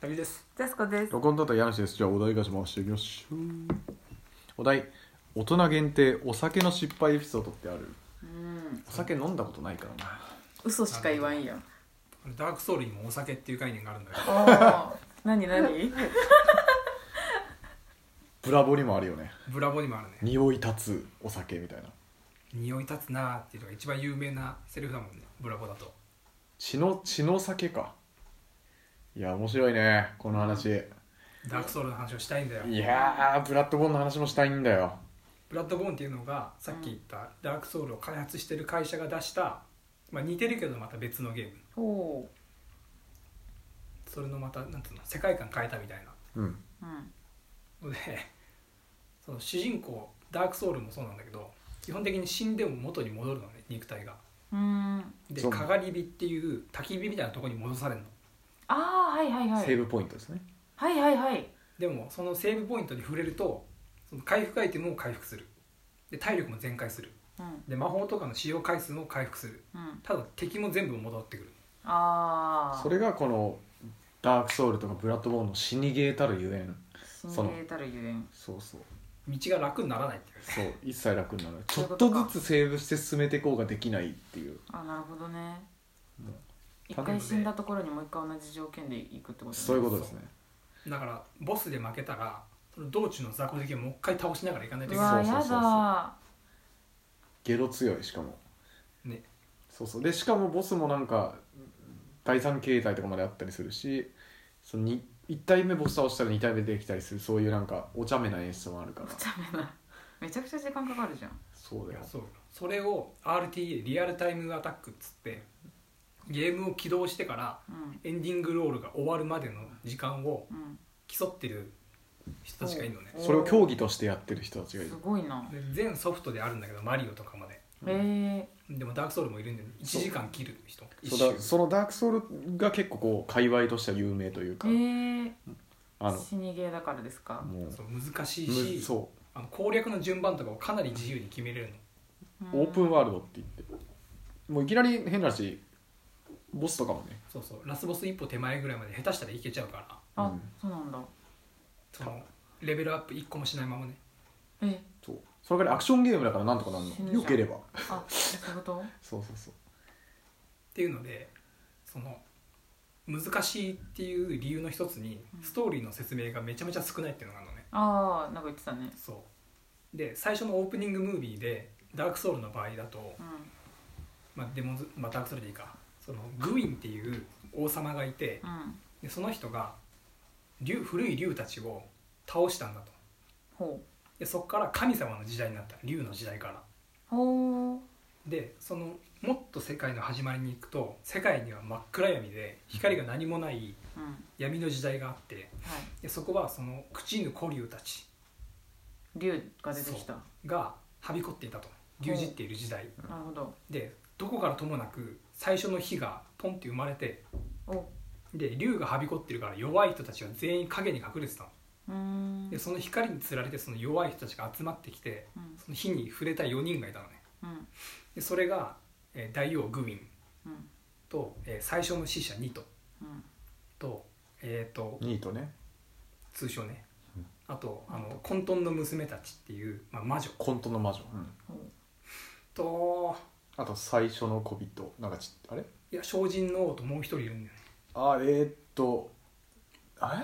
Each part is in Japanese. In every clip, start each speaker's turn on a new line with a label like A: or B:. A: 旅です
B: ジャスコです。
C: 録音だとやらしですじゃあお題がし回してみましょうお題大人限定お酒の失敗エピソードってある
B: うん。
C: お酒飲んだことないからな
B: 嘘しか言わんやん。
A: これダークソウルにもお酒っていう概念があるんだ けど
B: なにな に？
C: ブラボにもあるよね
A: ブラボーにもあるね
C: 匂い立つお酒みたいな
A: 匂い立つなーっていうのが一番有名なセリフだもんねブラボーだと
C: 血の血の酒かいや面白いねこの話、
A: ダークソウルの話をしたいんだよ
C: いやーブラッドボーンの話もしたいんだよ
A: ブラッドボーンっていうのがさっき言ったダークソウルを開発してる会社が出した、まあ、似てるけどまた別のゲーム
B: おお
A: それのまたなんていうの世界観変えたみたいな
C: うん
B: ー。う
A: の
B: ん。
A: でその主人公ダークソウルもそうなんだけど基本的に死んでも元に戻るのね肉体が
B: うん。
A: で
C: そう
A: かがり火っていう焚き火みたいなところに戻されるの
B: ああーはいはいは
C: セー
B: い。
C: ブポイントですね
B: はいはいはい。
A: でもそのセーブポイントに触れるとその回復アイテムを回復するで体力も全開する
B: うん
A: で魔法とかの使用回数も回復する
B: うん。
A: ただ敵も全部戻ってくる
B: ああ。
C: それがこのダークソウルとかブラッドボーンの死にゲーたるゆえん
B: 神経たるゆえん。
C: そうそう
A: 道が楽にならないっていう
C: そう一切楽にならないち
B: そう
C: ょ
B: いうこ
C: っ
B: と
C: と
B: か
C: ずつセーブして進めていこうができないっていう
B: あなるほどね
C: うん。
B: 一回死んだところにもう一回同じ条件で行くってことね
C: そういうことですね
A: だからボスで負けたらその道中の雑魚敵をもう一回倒しながらいかないというけな
B: わ
C: そうそうそう
B: や
C: そう
B: だ
C: ゲロ強いしかも
A: いね
C: そうそうでしかもボスもなんか第三形態とかまであったりするしそのに1体目ボス倒したら2体目出てきたりするそういうなんかお茶目な演出もあるから
B: お茶目なめちゃくちゃ時間かかるじゃん
C: そう
A: い
C: だよ
A: やそうそれを RTA リアルタイムアタックっつってゲームを起動してから
B: うん
A: エンディングロールが終わるまでの時間を
B: うん
A: 競ってる人たちがいるのね
B: お
C: それを競技としてやってる人たちがい
B: す
C: る
B: ごいな
A: で全ソフトであるんだけどマリオとかまで
B: へえ
A: でもダークソウルもいるんで1
C: そう
A: 時間切る人一
C: そうだ
A: 周
C: そのダークソウルが結構こう界隈としては有名というか
B: へえ
C: あの
B: 死にゲーだからですか
C: もう
A: そう難しい
C: む
A: し
C: そ
A: あの攻略の順番とかをかなり自由に決めれるの
C: うオープンワールドって言ってもういきなり変な話ボスとかもね
A: そうそうラスボス一歩手前ぐらいまで下手したらいけちゃうから
B: あ、
C: うん
B: そうなんだ
A: そのレベルアップ1個もしないままね
B: え
C: そうそれからいアクションゲームだからなんとかなる
B: 死ぬ
C: の
B: じゃん
C: よければ
B: あそういうこと
C: そうそうそ
A: っ
C: う
A: ていうのでその難しいっていう理由の一つに
B: うん
A: ストーリーの説明がめちゃめちゃ少ないっていうのがあるのね
B: ああなんか言ってたね
A: そうで最初のオープニングムービーでダークソウルの場合だと、
B: うん
A: まあ、デモンズ、まあ、ダークソウルでいいかそのグインっていう王様がいて
B: うん
A: でその人が竜古い竜たちを倒したんだと
B: ほ
A: でそこから神様の時代になった竜の時代から
B: うほう
A: でそのもっと世界の始まりに行くと世界には真っ暗闇で光が何もない
B: うん
A: 闇の時代があって
B: はい
A: でそこはその口ぬ古竜たち
B: 竜が出てきた
A: そがはびこっていたと牛耳っている時代
B: なるほど
A: でどこからともなく最初の火がポンって生まれて
B: おう
A: で竜がはびこってるから弱い人たちは全員影に隠れてたの
B: ーん
A: でその光につられてその弱い人たちが集まってきて
B: うん
A: その火に触れた4人がいたのね
B: うん
A: でそれが、えー大王グウィン
B: うん
A: と、えー最初の死者ニト
B: うん
A: と,、えー、と
C: ニートね
A: 通称ね
C: うん
A: あとあの混沌の娘たちっていう、まあ、魔女
C: コントの魔女、
B: ほう
A: と
C: あと最初の小人なんかちあれ
A: いや精進の王ともう一人いるんだよね
C: あえー、っとあ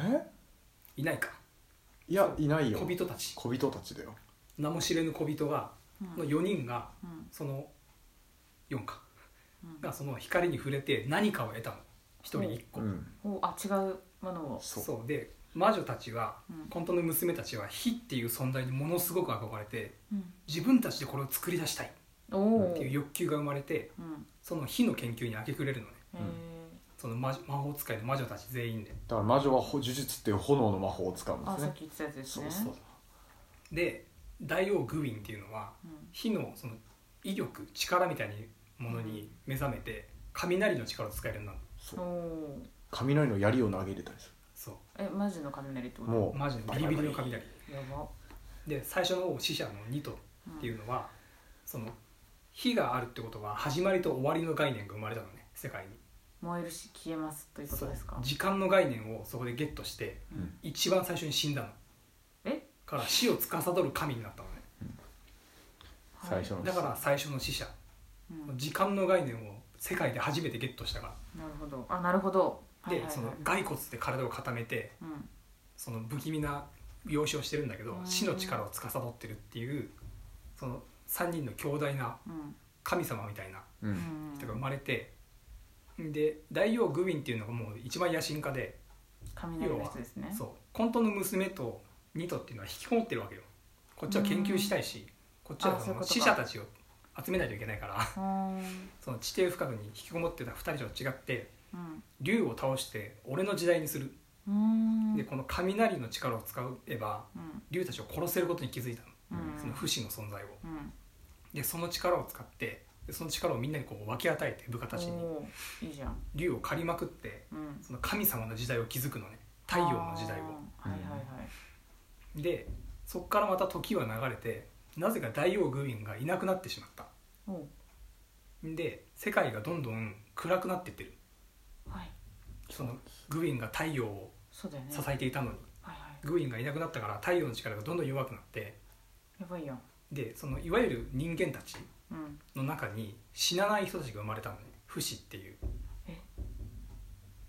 C: れえ
A: いないか
C: いやいないよ
A: 小人たち
C: 小人たちだよ
A: 名も知れぬ小人が
B: うん
A: の4人が
B: うん
A: その4か
B: うん
A: がその光に触れて何かを得たの1人1個、
C: うん
B: ほうあ違うものを
C: そう
A: そうで魔女たちは
B: うん
A: 混沌の娘たちは火っていう存在にものすごく憧れて
B: うん
A: 自分たちでこれを作り出したい
B: おお
A: っ
B: う
A: ていうん欲求が生まれてその火の研究に明け暮れるのね
B: へ
C: うん
B: え
A: その魔女魔法使いの魔女たち全員で
C: だから魔女はほ呪術っていう炎の魔法を使うんで
B: あ
C: す
B: さっ
C: ね
B: き言ってたやつです
C: そ
B: ね
C: うそう
A: で大王グウィンっていうのは
B: うん
A: 火のその威力力みたいなものに目覚めて雷の力を使えるようになる
C: そう
B: おう
C: 雷の槍を投げれたりす
A: そ
B: えマジの雷ってこ
C: る
B: と
C: も
A: う
C: う
A: マジでビリビリの雷
B: やば
A: で最初の死者の2と
B: っ
A: っていうのはその火があるってことは始まりと終わりの概念が生まれたのね世界に
B: 燃えるし消えますということですか
A: 時間の概念をそこでゲットして
C: うん
A: 一番最初に死んだの
B: え
A: から死を司る神になったのね
C: 最初
B: はい
C: の
A: だから最初の死者
B: うん
A: 時間の概念を世界で初めてゲットしたか
B: なるほどあなるほど
A: ら
B: はい
A: で
B: はいはい
A: その骸骨って体を固めて
B: うん
A: その不気味な容姿をしてるんだけど
B: うん
A: 死の力を司ってるっていうその3人の強大な
B: うん
A: 神様みたいな
C: う
B: うんん
A: 人が生まれてで大王グウィンっていうのがもう一番野心家で
B: 雷の人ですね
A: そう混沌の娘とニトっていうのは引きこもってるわけよこっちは研究したいしこっちは
B: あそう
A: そ
B: いう
A: の
B: ことか
A: 死者たちを集めないといけないから
B: うーん
A: その地底深くに引きこもってた2人とは違って
B: うん
A: 竜を倒して俺の時代にする
B: うーん
A: でこの雷の力を使えば
B: うん
A: 竜たちを殺せることに気づいたの
B: うん
A: その不死の存在を
B: うん
A: でその力を使ってでその力をみんなにこう分け与えて部下たちに
B: おーいいじゃん
A: 竜を狩りまくって
B: うん
A: その神様の時代を築くのね太陽の時代を
B: あーはいはいはい
A: でそこからまた時は流れてなぜか大王グウィンがいなくなってしまった
B: おう
A: で世界がどんどん暗くなってってる
B: はい
A: そのグウィンが太陽を
B: そうだよね
A: 支えていたのに
B: はいはい
A: グウィンがいなくなったから太陽の力がどんどん弱くなって
B: やばいよ
A: でそのいわゆる人間たち
B: うん
A: の中に死なない人たちが生まれたのね不死っていう
B: え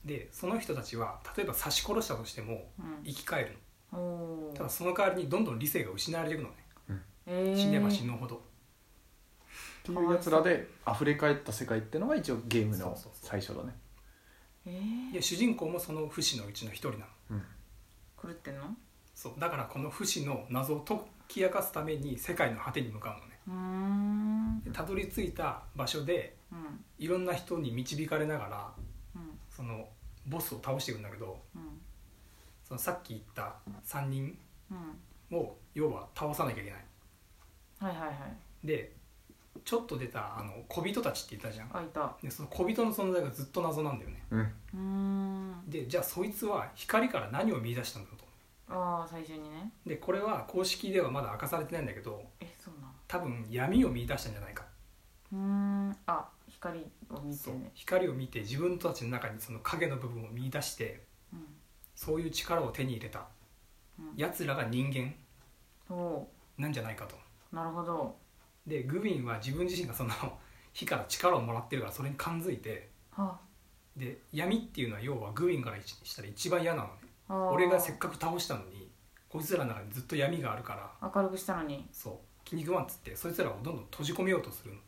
A: でその人たちは例えば刺し殺したとしても
B: うん
A: 生き返る
B: おお
A: のただその代わりにどんどん理性が失われていくのね
B: えー
A: 死ねば死ぬほど、
C: っていうやつらで溢れ返った世界ってのが一応ゲームの
A: そうそうそう
C: 最初だね
B: え
A: で
B: ー
A: 主人公もその不死のうちの一人なの
C: うん
B: 狂ってんの
A: そうだからこの不死の謎を解き明かすために世界の果てに向かうのね
B: うー
A: で
B: ん
A: たどり着いた場所で
B: うん
A: いろんな人に導かれながら
B: うん
A: そのボスを倒していくんだけど
B: うん
A: そのさっき言った3人
B: うん
A: を要は倒さなきゃいけない
B: はいはいはい
A: でちょっと出たあの小人たちって言ったじゃん
B: あいた
A: でその小人の存在がずっと謎なんだよね
C: うん
B: うーん
A: でじゃあそいつは光から何を見出したんだろうと
B: ああ最初にね
A: でこれは公式ではまだ明かされてないんだけど
B: えそうな
A: 多分闇を見出したんじゃないか
B: のうーんあ光を見て
A: そう
B: ね
A: 光を見て自分たちの中にその影の部分を見出して
B: うん
A: そういう力を手に入れた
B: うん
A: やつらが人間
B: お
A: なんじゃないかと
B: ーなるほど
A: でグウィンは自分自身がその火から力をもらってるからそれに感づいて
B: は
A: で闇っていうのは要はグウィンからしたら一番嫌なのね
B: ああー
A: 俺がせっかく倒したのにこいつらの中にずっと闇があるから
B: 明るくしたのに
A: そう気に食わんっつってそいつらをどんどん閉じ込めようとするの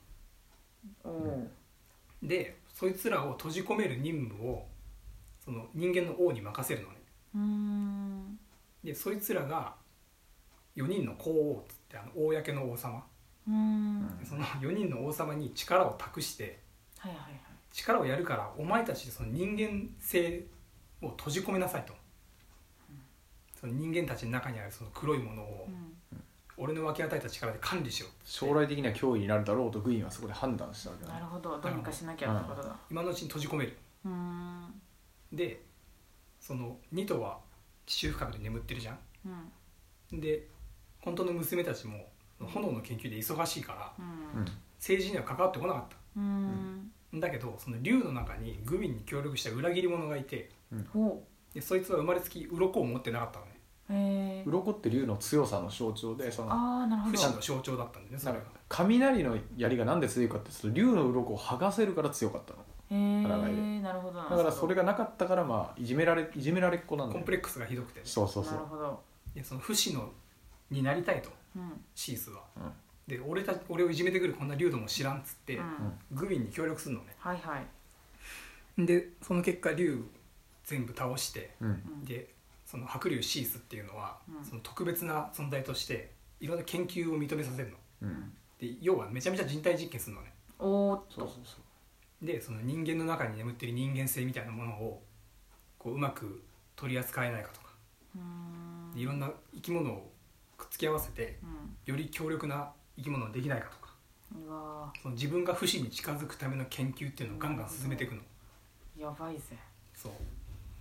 B: おお
A: でそいつらを閉じ込める任務をその人間の王に任せるのね
B: うーん
A: でそいつらが4人の皇王っつってあの公の王様
B: うーんは
A: その4人の王様に力を託して
B: いはいはい
A: 力をやるからお前たちその人間性を閉じ込めなさいとその人間たちの中にあるその黒いものを
B: うん
A: 俺の分け与えた力で管理しろ
C: 将来的には脅威になるだろうとグイーンはそこで判断したわけだ
B: な
C: ね
B: るほどどうにかしなきゃってことだ
A: 今のうちに閉じ込める
B: うーん
A: でその2頭は地中深くで眠ってるじゃ
B: うん
A: んで本当の娘たちも炎の研究で忙しいから
B: う
C: うんん
A: 政治には関わってこなかった
B: うーん
A: だけどその竜の中にグビンに協力した裏切り者がいて
B: ほ
A: でそいつは生まれつき鱗を持ってなかったのね
B: うへえ
C: 鱗って竜の強さの象徴でその
B: ああなるほ
A: 不
B: ど
A: 死の象徴だったんだよねそ
C: な
A: れ
C: ん
A: が
C: か雷の槍がなんで強いかって言うと竜の鱗を剥がせるから強かったの
B: へ
C: 抗い
B: えなるほど
C: だからそれ
B: が
C: がなかったからまあいじめられいじめられっ子なんだ
A: コ
C: よ
A: ンプレックスがひどくてね
C: そうそうそ
B: なる
C: う
B: ほど
A: でその不死のになりたいと
B: うん
A: シースは
C: うん
A: で俺た俺をいじめてくるこんな竜ども知らんっつって、
B: うん
A: グビンに協力するのね
B: はいはい
A: でその結果竜全部倒して
C: うん
B: うん
A: でその白竜シースっていうのは、
B: うん
A: その特別な存在としていろんな研究を認めさせるの
C: うん
A: で要はめちゃめちゃ人体実験するのね
B: おーっ
C: そう
B: と
C: そうそう
A: でその人間の中に眠っている人間性みたいなものをこううまく取り扱えないかとか
B: うーん
A: いろんな生き物をくっつき合わせてより強力な生き物にできないかとか
B: うんうわ
A: その自分が不死に近づくための研究っていうのをガンガン進めていくの
B: ーやばいぜ
A: そう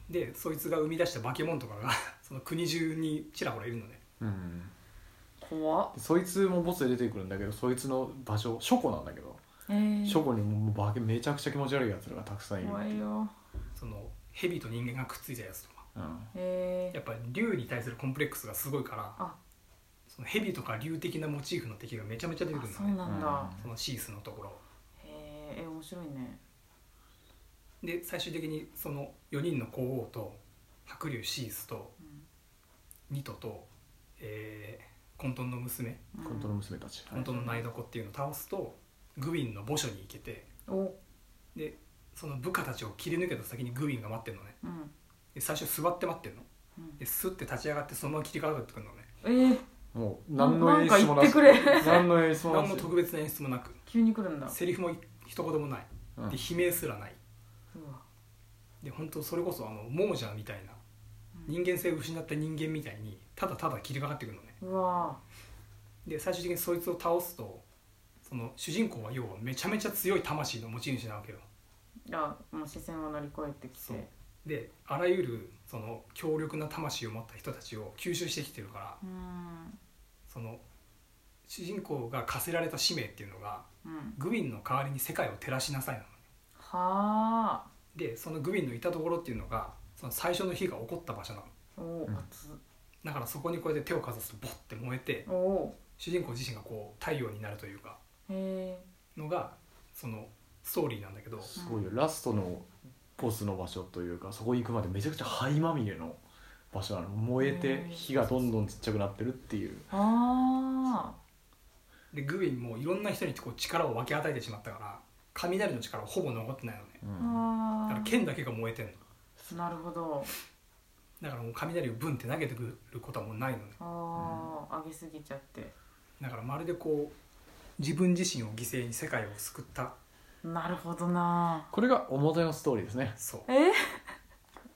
A: でそいつが生み出した化け物とかが その国中にちらほらいるのね
C: うん
B: 怖っ
C: でそいつもボスで出てくるんだけどそいつの場所書庫なんだけど
B: えー、
C: 初後にもう化けめちゃくちゃ気持ち悪いやつらがたくさんいる
B: 怖
C: っ
B: い
C: ていう、
B: よ
A: その蛇と人間がくっついたやつとか
C: うん
B: え
A: やっぱり竜に対するコンプレックスがすごいから
B: ー、あ
A: その蛇とか竜的なモチーフの敵がめちゃめちゃ出てく
B: あ
A: るんだ
B: そう
A: ね
B: なんだ
A: そのシースのところ
B: へえー、面白いね
A: で最終的にその4人の皇后と白竜シースと
B: うん
A: ニトと、えー混沌の娘
B: うん
C: 本当の娘たち、はい
A: 混沌のナイドコっていうのを倒すとグウィンの墓所に行けて
B: お
A: でその部下たちを切り抜けた先にグウィンが待ってるのね
B: うん
A: で最初座って待ってるの
B: うん
A: でスッて立ち上がってそのまま切り替わってくるのね
B: えー、
C: もう
B: な
C: 何の演出もなし
B: なんか言ってく
C: 何の演出もな
A: 何
C: し
A: も特別な演出もなく
B: 急に来るんだ
A: セリフも一言もない
C: うん
A: で悲鳴すらないう
B: わ
A: で本当それこそあの亡者みたいな
B: うん
A: 人間性を失った人間みたいにただただ切りかかってくるのね
B: うわ
A: で最終的にそいつを倒すとその主人公は要はめちゃめちゃ強い魂の持ち主なわけよ
B: ーあもう視線を乗り越えてき
A: そう
B: て
A: であらゆるその強力な魂を持った人たちを吸収してきてるから
B: うん
A: その主人公が課せられた使命っていうのが
B: うん
A: グウィンの代わりに世界を照らしなさいなのね
B: はあ
A: でそのグウィンのいたところっていうのがその最初の火が起こった場所なの
B: おお
C: うん
B: 熱っ
A: だからそこにこうやって手をかざすとボッて燃えて
B: おお
A: 主人公自身がこう太陽になるというか
B: へ
A: のがそのストーリーなんだけど
C: すごいよラストのボスの場所というかそこに行くまでめちゃくちゃ灰まみれの場所なの燃えて
B: うん
C: 火がどんどんちっちゃくなってるっていう
B: ーあ
A: でグウィンもいろんな人にこう力を分け与えてしまったから雷の力はほぼ残ってないのね
C: う
B: ー
C: ん
A: だか
B: あ
A: ら剣だけが燃えてんの
B: ーなるほど
A: だからもう雷をブンって投げてくることはもうないのね
B: ああ、上げすぎちゃって
A: だからまるでこう自分自身を犠牲に世界を救った
B: なるほどな
C: これが表のストーリーですね
A: そう
B: え